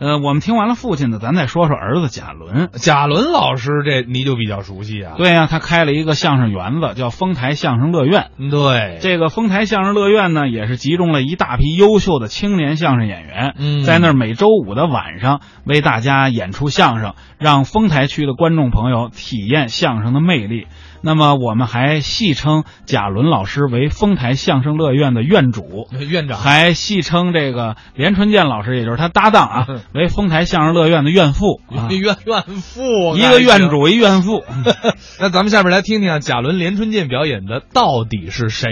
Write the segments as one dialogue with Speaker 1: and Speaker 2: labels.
Speaker 1: 呃，我们听完了父亲的，咱再说说儿子贾伦。
Speaker 2: 贾伦老师这你就比较熟悉啊。
Speaker 1: 对呀、他开了一个相声园子，叫丰台相声乐院。
Speaker 2: 对对，
Speaker 1: 这个丰台相声乐院呢，也是集中了一大批优秀的青年相声演员，
Speaker 2: 嗯
Speaker 1: 在那儿每周五的晚上为大家演出相声，让丰台区的观众朋友体验相声的魅力。那么，我们还戏称贾伦老师为丰台相声乐院的院主。
Speaker 2: 院长
Speaker 1: 还戏称这个连春建老师，也就是他搭档啊
Speaker 2: 嗯，
Speaker 1: 为丰台相声乐院的院父啊，
Speaker 2: 院院父，
Speaker 1: 一个院。 主一院 父。
Speaker 2: 那咱们下面来听听啊贾伦、连春建表演的到底是谁？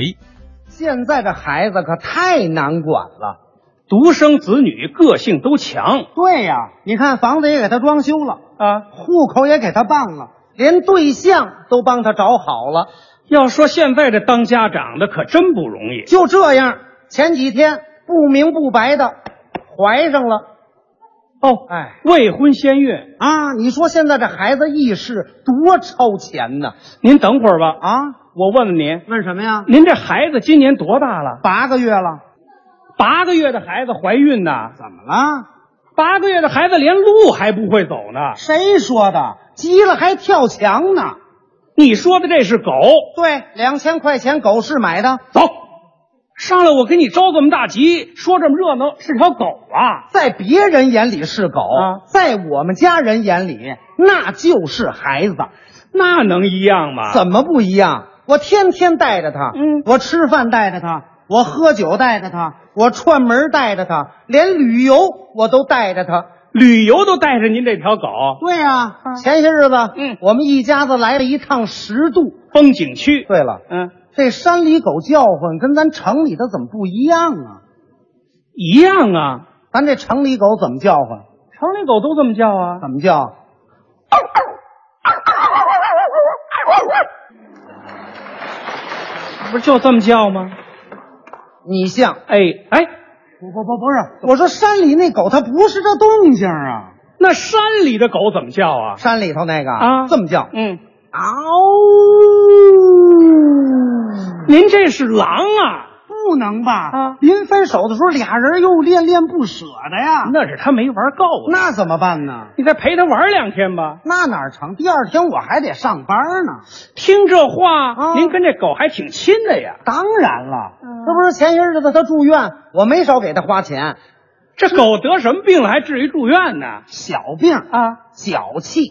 Speaker 3: 现在的孩子可太难管了，独生子女个性都强。对呀、你看房子也给他装修了啊，户口也给他办了，连对象都帮他找好了。
Speaker 4: 要说现在这当家长的可真不容易，
Speaker 3: 就这样，前几天不明不白的怀上了。
Speaker 4: 哦
Speaker 3: 哎
Speaker 4: 未婚先孕，
Speaker 3: 啊，你说现在这孩子意识多超前呢
Speaker 4: 您等会儿吧，
Speaker 3: 啊？
Speaker 4: 我问问您，
Speaker 3: 问什么呀？
Speaker 4: 您这孩子今年多大了？
Speaker 3: 八个月了，
Speaker 4: 八个月的孩子怀孕呢？
Speaker 3: 怎么了？
Speaker 4: 八个月的孩子连路还不会走呢？
Speaker 3: 谁说的？急了还跳墙呢？
Speaker 4: 你说的这是狗？
Speaker 3: 对，两千块钱狗市买的，
Speaker 4: 走，上来我给你着这么大急，说这么热闹，是条狗啊？
Speaker 3: 在别人眼里是狗，
Speaker 4: 啊
Speaker 3: 在我们家人眼里那就是孩子，
Speaker 4: 啊那能一样吗？
Speaker 3: 怎么不一样？我天天带着他，
Speaker 4: 嗯
Speaker 3: 我吃饭带着他，我喝酒带着他，我串门带着他，连旅游我都带着他。
Speaker 4: 旅游都带着您这条狗，
Speaker 3: 对呀、前些日子，
Speaker 4: 啊嗯
Speaker 3: 我们一家子来了一趟十渡。
Speaker 4: 风景区，
Speaker 3: 对了，
Speaker 4: 嗯，
Speaker 3: 这山里狗叫唤跟咱城里的怎么不一样啊？
Speaker 4: 一样啊。
Speaker 3: 咱这城里狗怎么叫唤？
Speaker 4: 城里狗都这么叫啊？
Speaker 3: 怎么叫？
Speaker 4: 不是就这么叫吗？
Speaker 3: 你像
Speaker 4: 哎哎，
Speaker 3: 不不不不是，我说山里那狗它不是这动静啊，
Speaker 4: 那山里的狗怎么叫啊？
Speaker 3: 山里头那个
Speaker 4: 啊
Speaker 3: 这么叫，
Speaker 4: 嗯，
Speaker 3: 嗷，
Speaker 4: 您这是狼啊？
Speaker 3: 不能吧？
Speaker 4: 啊
Speaker 3: 临分手的时候俩人又恋恋不舍的呀，
Speaker 4: 那是他没玩够呢，
Speaker 3: 啊那怎么办呢？
Speaker 4: 你再陪他玩两天吧。
Speaker 3: 那哪儿成？第二天我还得上班呢。
Speaker 4: 听这话，
Speaker 3: 啊
Speaker 4: 您跟这狗还挺亲的呀。
Speaker 3: 当然了，
Speaker 4: 嗯
Speaker 3: 这不是前些日子他住院，我没少给他花钱。
Speaker 4: 这狗得什么病了，还至于住院呢？
Speaker 3: 小病，
Speaker 4: 啊，
Speaker 3: 脚气，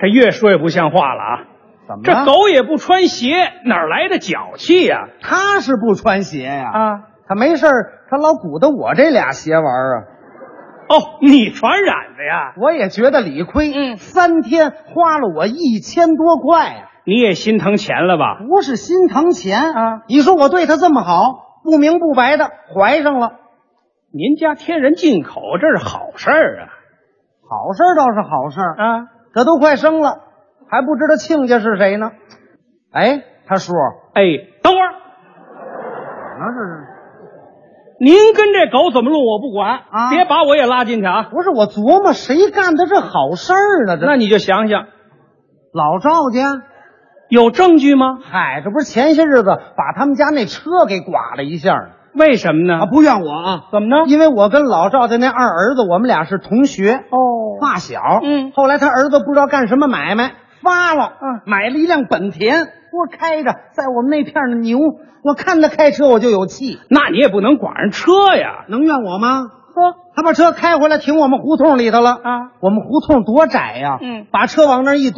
Speaker 4: 这越说越不像话了啊！
Speaker 3: 怎么
Speaker 4: 这
Speaker 3: 了？
Speaker 4: 狗也不穿鞋，哪儿来的脚气呀、
Speaker 3: 他是不穿鞋呀、
Speaker 4: 啊？
Speaker 3: 他没事儿，他老鼓捣我这俩鞋玩儿啊。
Speaker 4: 哦，你传染的呀？
Speaker 3: 我也觉得理亏，
Speaker 4: 嗯
Speaker 3: 三天花了我一千多块呀、
Speaker 4: 你也心疼钱了吧？
Speaker 3: 不是心疼钱
Speaker 4: 啊！
Speaker 3: 你说我对他这么好，不明不白的怀上了，
Speaker 4: 您家天人进口，这是好事儿啊！
Speaker 3: 好事儿倒是好事儿，
Speaker 4: 啊，
Speaker 3: 这都快生了，还不知道亲家是谁呢。哎，他叔，
Speaker 4: 哎，等会儿，
Speaker 3: 怎么了这是？
Speaker 4: 您跟这狗怎么录我不管，
Speaker 3: 啊
Speaker 4: 别把我也拉进去啊！
Speaker 3: 不是我琢磨谁干的这好事儿呢？这
Speaker 4: 那你就想想，
Speaker 3: 老赵家，
Speaker 4: 有证据吗？
Speaker 3: 嗨，这不是前些日子把他们家那车给剐了一下呢
Speaker 4: 为什么呢？
Speaker 3: 啊？不怨我啊，
Speaker 4: 怎么呢？
Speaker 3: 因为我跟老赵家那二儿子，我们俩是同学。
Speaker 4: 哦，
Speaker 3: 发小，
Speaker 4: 嗯
Speaker 3: 后来他儿子不知道干什么买卖发了，
Speaker 4: 嗯
Speaker 3: 买了一辆本田，我开着，在我们那片儿的牛，我看他开车我就有气，
Speaker 4: 那你也不能管人车呀。
Speaker 3: 能怨我吗？
Speaker 4: 呵，
Speaker 3: 他把车开回来停我们胡同里头了
Speaker 4: 啊，
Speaker 3: 我们胡同多窄呀、
Speaker 4: 嗯
Speaker 3: 把车往那儿一堵，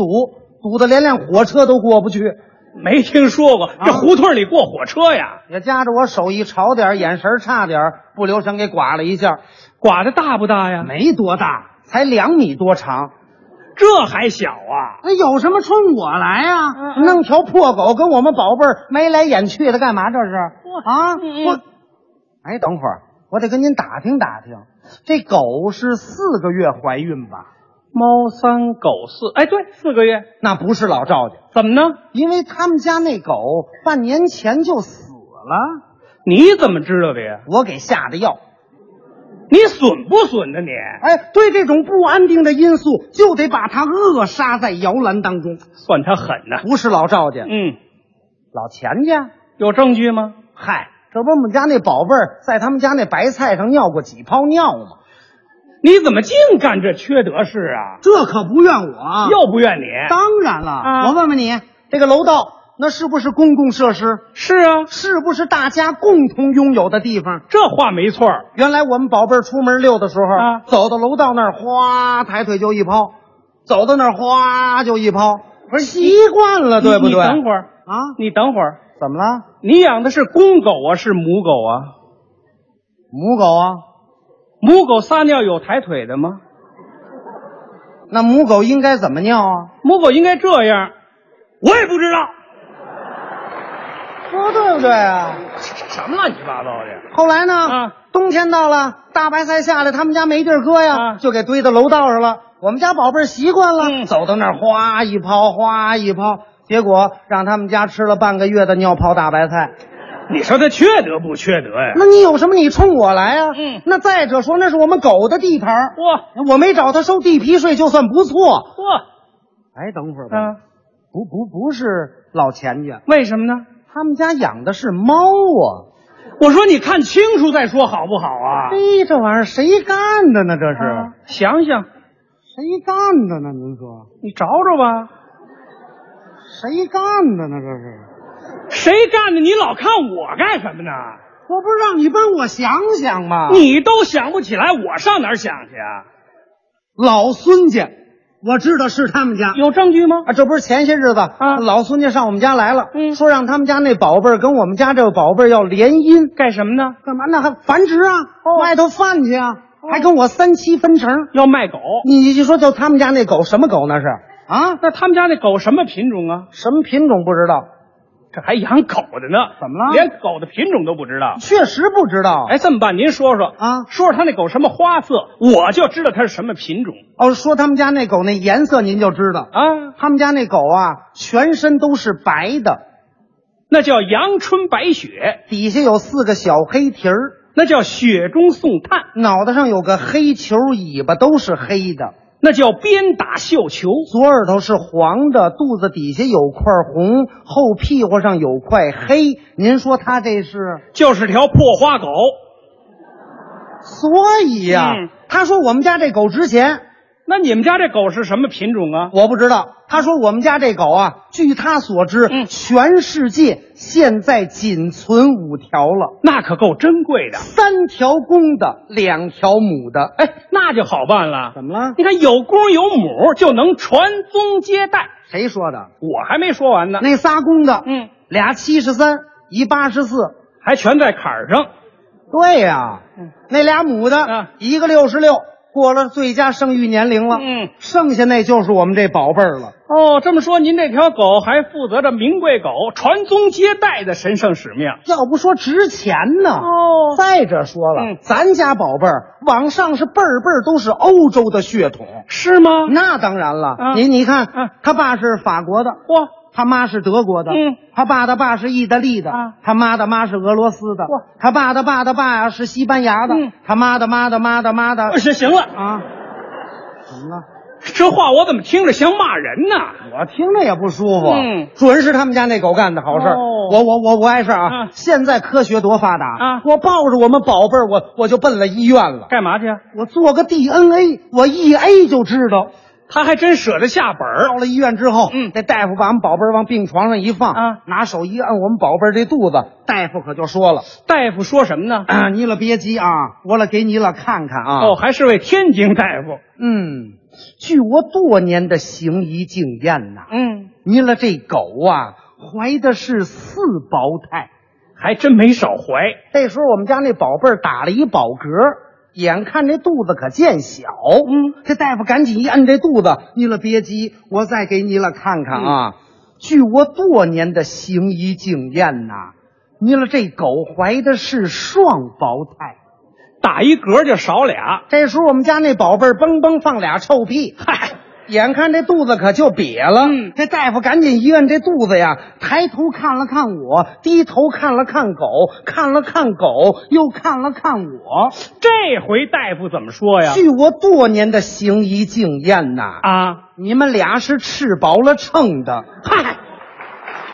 Speaker 3: 堵得连辆火车都过不去，
Speaker 4: 没听说过这胡同里过火车呀？
Speaker 3: 也夹着我手一潮点儿，眼神儿差点儿不留神给剐了一下，
Speaker 4: 刮的大不大呀？
Speaker 3: 没多大，才两米多长。
Speaker 4: 这还小啊？
Speaker 3: 那有什么冲我来啊？
Speaker 4: 嗯嗯
Speaker 3: 弄条破狗跟我们宝贝儿眉来眼去的，干嘛这是啊？
Speaker 4: 嗯嗯
Speaker 3: 我，哎，等会儿我得跟您打听打听，这狗是四个月怀孕吧？
Speaker 4: 猫三狗四，哎，对，四个月。
Speaker 3: 那不是老赵家，
Speaker 4: 怎么呢？
Speaker 3: 因为他们家那狗半年前就死了，
Speaker 4: 你怎么知道的呀？
Speaker 3: 我给下的药。
Speaker 4: 你损不损呢？你
Speaker 3: 哎，对这种不安定的因素，就得把它扼杀在摇篮当中。
Speaker 4: 算他狠呐。
Speaker 3: 不是老赵家，
Speaker 4: 嗯，
Speaker 3: 老钱家。
Speaker 4: 有证据吗？
Speaker 3: 嗨，这不我们家那宝贝儿在他们家那白菜上尿过几泡尿吗？
Speaker 4: 你怎么净干这缺德事啊？
Speaker 3: 这可不怨我，啊
Speaker 4: 又不怨你。
Speaker 3: 当然了，
Speaker 4: 啊
Speaker 3: 我问问你，这个楼道那是不是公共设施？
Speaker 4: 是啊，
Speaker 3: 是不是大家共同拥有的地方？
Speaker 4: 这话没错儿。
Speaker 3: 原来我们宝贝儿出门溜的时候，
Speaker 4: 啊
Speaker 3: 走到楼道那儿，哗，抬腿就一抛；走到那儿，哗，就一抛。不是习惯了，对不
Speaker 4: 你
Speaker 3: 对？
Speaker 4: 你等会儿，
Speaker 3: 啊，
Speaker 4: 你等会儿，
Speaker 3: 怎么了？
Speaker 4: 你养的是公狗啊，是母狗啊？
Speaker 3: 母狗啊？
Speaker 4: 母狗撒尿有抬腿的吗？
Speaker 3: 那母狗应该怎么尿啊？
Speaker 4: 母狗应该这样，我也不知道。
Speaker 3: 说对不对啊？
Speaker 4: 什么乱七八糟的？
Speaker 3: 后来呢？
Speaker 4: 啊
Speaker 3: 冬天到了，大白菜下来，他们家没地儿搁呀，
Speaker 4: 啊
Speaker 3: 就给堆到楼道上了。我们家宝贝儿习惯了，
Speaker 4: 嗯
Speaker 3: 走到那儿哗一抛，哗一抛，结果让他们家吃了半个月的尿泡大白菜。
Speaker 4: 你说他缺德不缺德呀？
Speaker 3: 那你有什么你冲我来啊？
Speaker 4: 嗯
Speaker 3: 那再者说那是我们狗的地盘儿，
Speaker 4: 哇
Speaker 3: 我没找他收地皮税就算不错。
Speaker 4: 哇
Speaker 3: 哎，等会儿吧，
Speaker 4: 啊！
Speaker 3: 不不不是老钱家，
Speaker 4: 为什么呢？
Speaker 3: 他们家养的是猫啊。
Speaker 4: 我说你看清楚再说好不好啊？
Speaker 3: 嘿，哎这玩意儿谁干的呢？这是、
Speaker 4: 啊想想，
Speaker 3: 谁干的呢？您说
Speaker 4: 你找找吧，
Speaker 3: 谁干的呢？这是，
Speaker 4: 谁干的？你老看我干什么呢？
Speaker 3: 我不是让你帮我想想吗？
Speaker 4: 你都想不起来，我上哪儿想去啊？
Speaker 3: 老孙家，我知道是他们家。
Speaker 4: 有证据吗？
Speaker 3: 啊，这不是前些日子
Speaker 4: 啊
Speaker 3: 老孙家上我们家来了，
Speaker 4: 嗯
Speaker 3: 说让他们家那宝贝儿跟我们家这个宝贝儿要联姻，
Speaker 4: 干什么呢？
Speaker 3: 干嘛呢？还繁殖啊，
Speaker 4: 哦
Speaker 3: 外头贩去啊，还跟我三七分成。
Speaker 4: 要卖狗？
Speaker 3: 你一说就他们家那狗什么狗那是啊？
Speaker 4: 那他们家那狗什么品种啊？
Speaker 3: 什么品种不知道？
Speaker 4: 这还养狗的呢？
Speaker 3: 怎么了
Speaker 4: 连狗的品种都不知道？
Speaker 3: 确实不知道。
Speaker 4: 哎，这么办，您说说
Speaker 3: 啊
Speaker 4: 说说他那狗什么花色，我就知道它是什么品种
Speaker 3: 哦，说他们家那狗那颜色您就知道，
Speaker 4: 啊，
Speaker 3: 他们家那狗啊，全身都是白的，
Speaker 4: 那叫阳春白雪，
Speaker 3: 底下有四个小黑蹄儿，
Speaker 4: 那叫雪中送炭，
Speaker 3: 脑袋上有个黑球，尾巴都是黑的，
Speaker 4: 那叫鞭打绣球，
Speaker 3: 左耳朵是黄的，肚子底下有块红，后屁股上有块黑。您说它这是？
Speaker 4: 就是条破花狗。
Speaker 3: 所以呀、
Speaker 4: 嗯
Speaker 3: 他说我们家这狗值钱，
Speaker 4: 那你们家这狗是什么品种啊？
Speaker 3: 我不知道。他说我们家这狗啊，据他所知，
Speaker 4: 嗯
Speaker 3: 全世界现在仅存五条了，
Speaker 4: 那可够珍贵的，
Speaker 3: 三条公的，两条母的。
Speaker 4: 哎，那就好办了。
Speaker 3: 怎么了？
Speaker 4: 你看有公有母就能传宗接代。
Speaker 3: 谁说的？
Speaker 4: 我还没说完呢，
Speaker 3: 那仨公的，
Speaker 4: 啊嗯，
Speaker 3: 俩七十三，一八十四。
Speaker 4: 还全在坎儿上。
Speaker 3: 对呀、
Speaker 4: 嗯
Speaker 3: 那俩母的，
Speaker 4: 嗯
Speaker 3: 一个六十六，过了最佳生育年龄了，
Speaker 4: 嗯，
Speaker 3: 剩下那就是我们这宝贝儿了。
Speaker 4: 哦，这么说您这条狗还负责着名贵狗传宗接代的神圣使命。
Speaker 3: 要不说值钱呢？
Speaker 4: 哦
Speaker 3: 再者说了，
Speaker 4: 嗯
Speaker 3: 咱家宝贝儿往上是辈儿辈儿都是欧洲的血统，
Speaker 4: 是吗？
Speaker 3: 那当然了。
Speaker 4: 啊
Speaker 3: 您你看，
Speaker 4: 啊
Speaker 3: 他爸是法国的，
Speaker 4: 哇，
Speaker 3: 他妈是德国的，
Speaker 4: 嗯，
Speaker 3: 他爸的爸是意大利的，
Speaker 4: 啊
Speaker 3: 他妈的妈是俄罗斯的，
Speaker 4: 哇，
Speaker 3: 他爸的爸的爸呀是西班牙的，
Speaker 4: 嗯
Speaker 3: 他妈的妈的妈的妈的
Speaker 4: 呃行行了，
Speaker 3: 啊，怎么了？
Speaker 4: 这话我怎么听着像骂人呢？
Speaker 3: 我听着也不舒服，
Speaker 4: 嗯
Speaker 3: 准是他们家那狗干的好事儿。
Speaker 4: 哦
Speaker 3: 我我我我碍事儿啊！
Speaker 4: 嗯
Speaker 3: 现在科学多发达
Speaker 4: 啊
Speaker 3: 我抱着我们宝贝儿，我我就奔了医院了。
Speaker 4: 干嘛去啊？
Speaker 3: 我做个 DNA，我一 A 就知道。
Speaker 4: 他还真舍得下本
Speaker 3: 到
Speaker 4: 儿。
Speaker 3: 了医院之后，
Speaker 4: 嗯
Speaker 3: 那大夫把我们宝贝儿往病床上一放，
Speaker 4: 啊
Speaker 3: 拿手一按我们宝贝儿这肚子，大夫可就说了？
Speaker 4: 大夫说什么呢：“
Speaker 3: 啊你了别急啊，我了给你了看看啊。”
Speaker 4: 哦，还是位天津大夫。
Speaker 3: 嗯，据我多年的行医经验呐、
Speaker 4: 嗯，
Speaker 3: 你了这狗啊，怀的是四胞胎。
Speaker 4: 还真没少怀。
Speaker 3: 这时候我们家那宝贝儿打了一饱嗝，眼看这肚子可见小，
Speaker 4: 嗯，
Speaker 3: 这大夫赶紧一按这肚子，你了别急，我再给你了看看
Speaker 4: 嗯
Speaker 3: 啊。据我多年的行医经验呐、你了这狗怀的是双胞胎。
Speaker 4: 打一嗝就少俩。
Speaker 3: 这时候我们家那宝贝儿嘣嘣放俩臭屁，
Speaker 4: 嗨，
Speaker 3: 眼看这肚子可就瘪了，
Speaker 4: 嗯
Speaker 3: 这大夫赶紧一按这肚子呀，抬头看了看我，低头看了看狗，看了看狗，又看了看我。
Speaker 4: 这回大夫怎么说哎呀？
Speaker 3: 据我多年的行医经验呐，
Speaker 4: 啊，
Speaker 3: 你们俩是吃饱了撑的。
Speaker 4: 嗨，